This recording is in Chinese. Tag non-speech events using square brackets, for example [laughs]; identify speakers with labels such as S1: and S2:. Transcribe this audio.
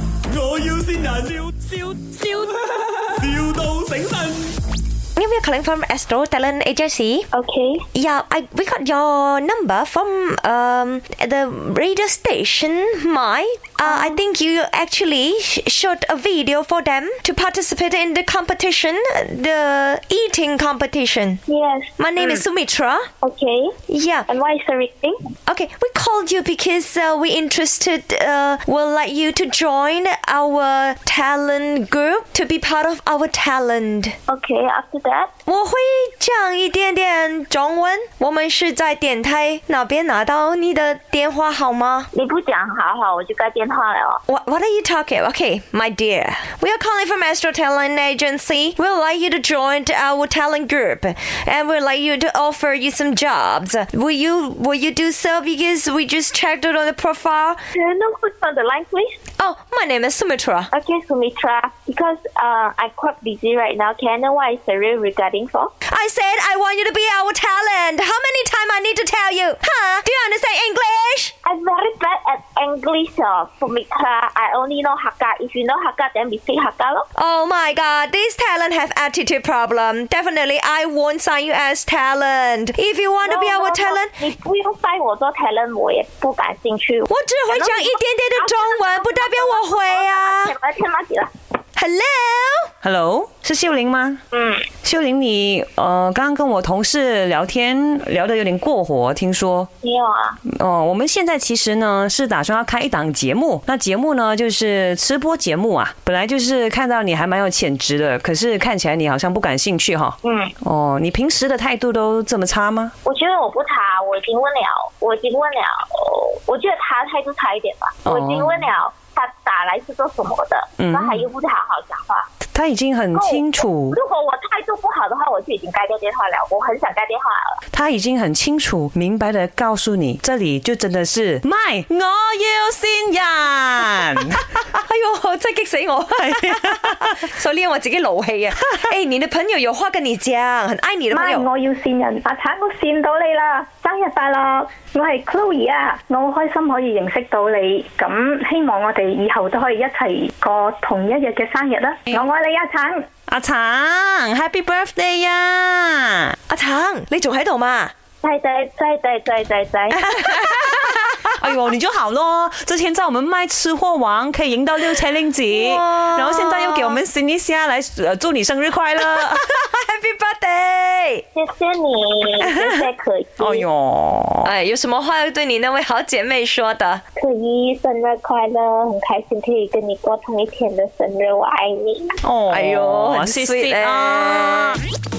S1: 要先人，笑笑笑，,笑到醒神。 [laughs]
S2: Mia Mia calling from Astro Talent Agency.
S3: Okay.
S2: Yeah, I we got your number from um, the radio station. My, uh, I think you actually sh- shot a video for them to participate in the competition, the eating competition.
S3: Yes.
S2: My name is Sumitra.
S3: Okay.
S2: Yeah.
S3: And why is the ringing?
S2: Okay, we called you because uh, we interested. Uh, would like you to join our talent group to be part of our talent.
S3: Okay. After that.
S2: 我会讲一点点中文。我们是在电台那边拿到你的电话号码。
S3: 你不讲好好，我就挂电话了哦。
S2: What What are you talking? Okay, my dear, we are calling from Astro Talent Agency. We would like you to join our talent group, and we'd like you to offer you some jobs. Will you Will you do so? Because we just checked it on the profile.
S3: Can you put on the line, please?
S2: Oh, my name is Sumitra.
S3: Okay, Sumitra. Because uh, I'm quite busy right now. Can I know why is the ring regarding for?
S2: I said I want you to be our talent. How many times I need to tell you? Huh? Do you understand English?
S3: I'm very bad at English, uh, Sumitra. I only know Hakka. If you know Hakka, then we speak Hakka, lor.
S2: Oh my god, this talent have attitude problem. Definitely I won't sign you as talent. If you want to be our talent,
S3: 你不用拜我做 talent，我也不感兴趣。
S2: 我只会讲一点点的中文，不代表我会啊。
S3: 天哪，天哪，几了？
S2: Hello，
S4: Hello，是秀玲吗？
S3: 嗯，
S4: 秀玲你，呃刚刚跟我同事聊天聊得有点过火，听说
S3: 没有啊。
S4: 哦，我们现在其实呢是打算要开一档节目，那节目呢就是吃播节目啊。本来就是看到你还蛮有潜质的，可是看起来你好像不感兴趣哈。
S3: 嗯，
S4: 哦，你平时的态度都这么差吗？
S3: 我觉得我不查，我已经问了，我已经问了，我觉得他态度差一点吧。
S4: 哦
S3: 我已经问了，他打来是做什么的？
S4: 嗯
S3: 那他又不太好好讲话。
S4: 他已经很清楚，
S3: 如果我态度不好的话，我就已经该掉电话了。我很想该电话了。
S4: 他已经很清楚明白的告诉你，这里就真的是卖，我要新人。
S2: 哎呦，真激死 [laughs] 我！所以呢我自己怒气 [laughs] 啊。哎，你的朋友有话跟你讲，很爱你的朋
S5: 媽，
S2: 友。
S5: 我要善人，阿橙，我善到你啦！生日快樂！我係 Chloe 啊，我好開心可以認識到你，咁希望我哋以後都可以一齊過同一日嘅生日啦！
S3: 嗯
S5: 我愛你啊，橙！
S4: 阿橙，Happy Birthday 呀！
S2: 阿橙，你仲喺度 [laughs] 嘛？
S3: 对对对对对对对，
S4: [laughs] 哎呦，你就好咯。之前在我们卖吃货王可以赢到六千令吉，
S2: 哇
S4: 然后现在又给我们新一下来，呃，祝你生日快乐。
S2: Happy birthday！
S3: 谢谢你，谢谢可一，
S4: 哎呦，
S2: 哎，有什么话要对你那位好姐妹说的？
S3: 可一生日快乐，很开心可以跟你过同一天的生日，我爱你。
S4: 哦，
S2: 哎呦，很
S4: 谢
S2: sweet
S4: 谢
S2: 嘞
S4: 啊。
S1: [laughs]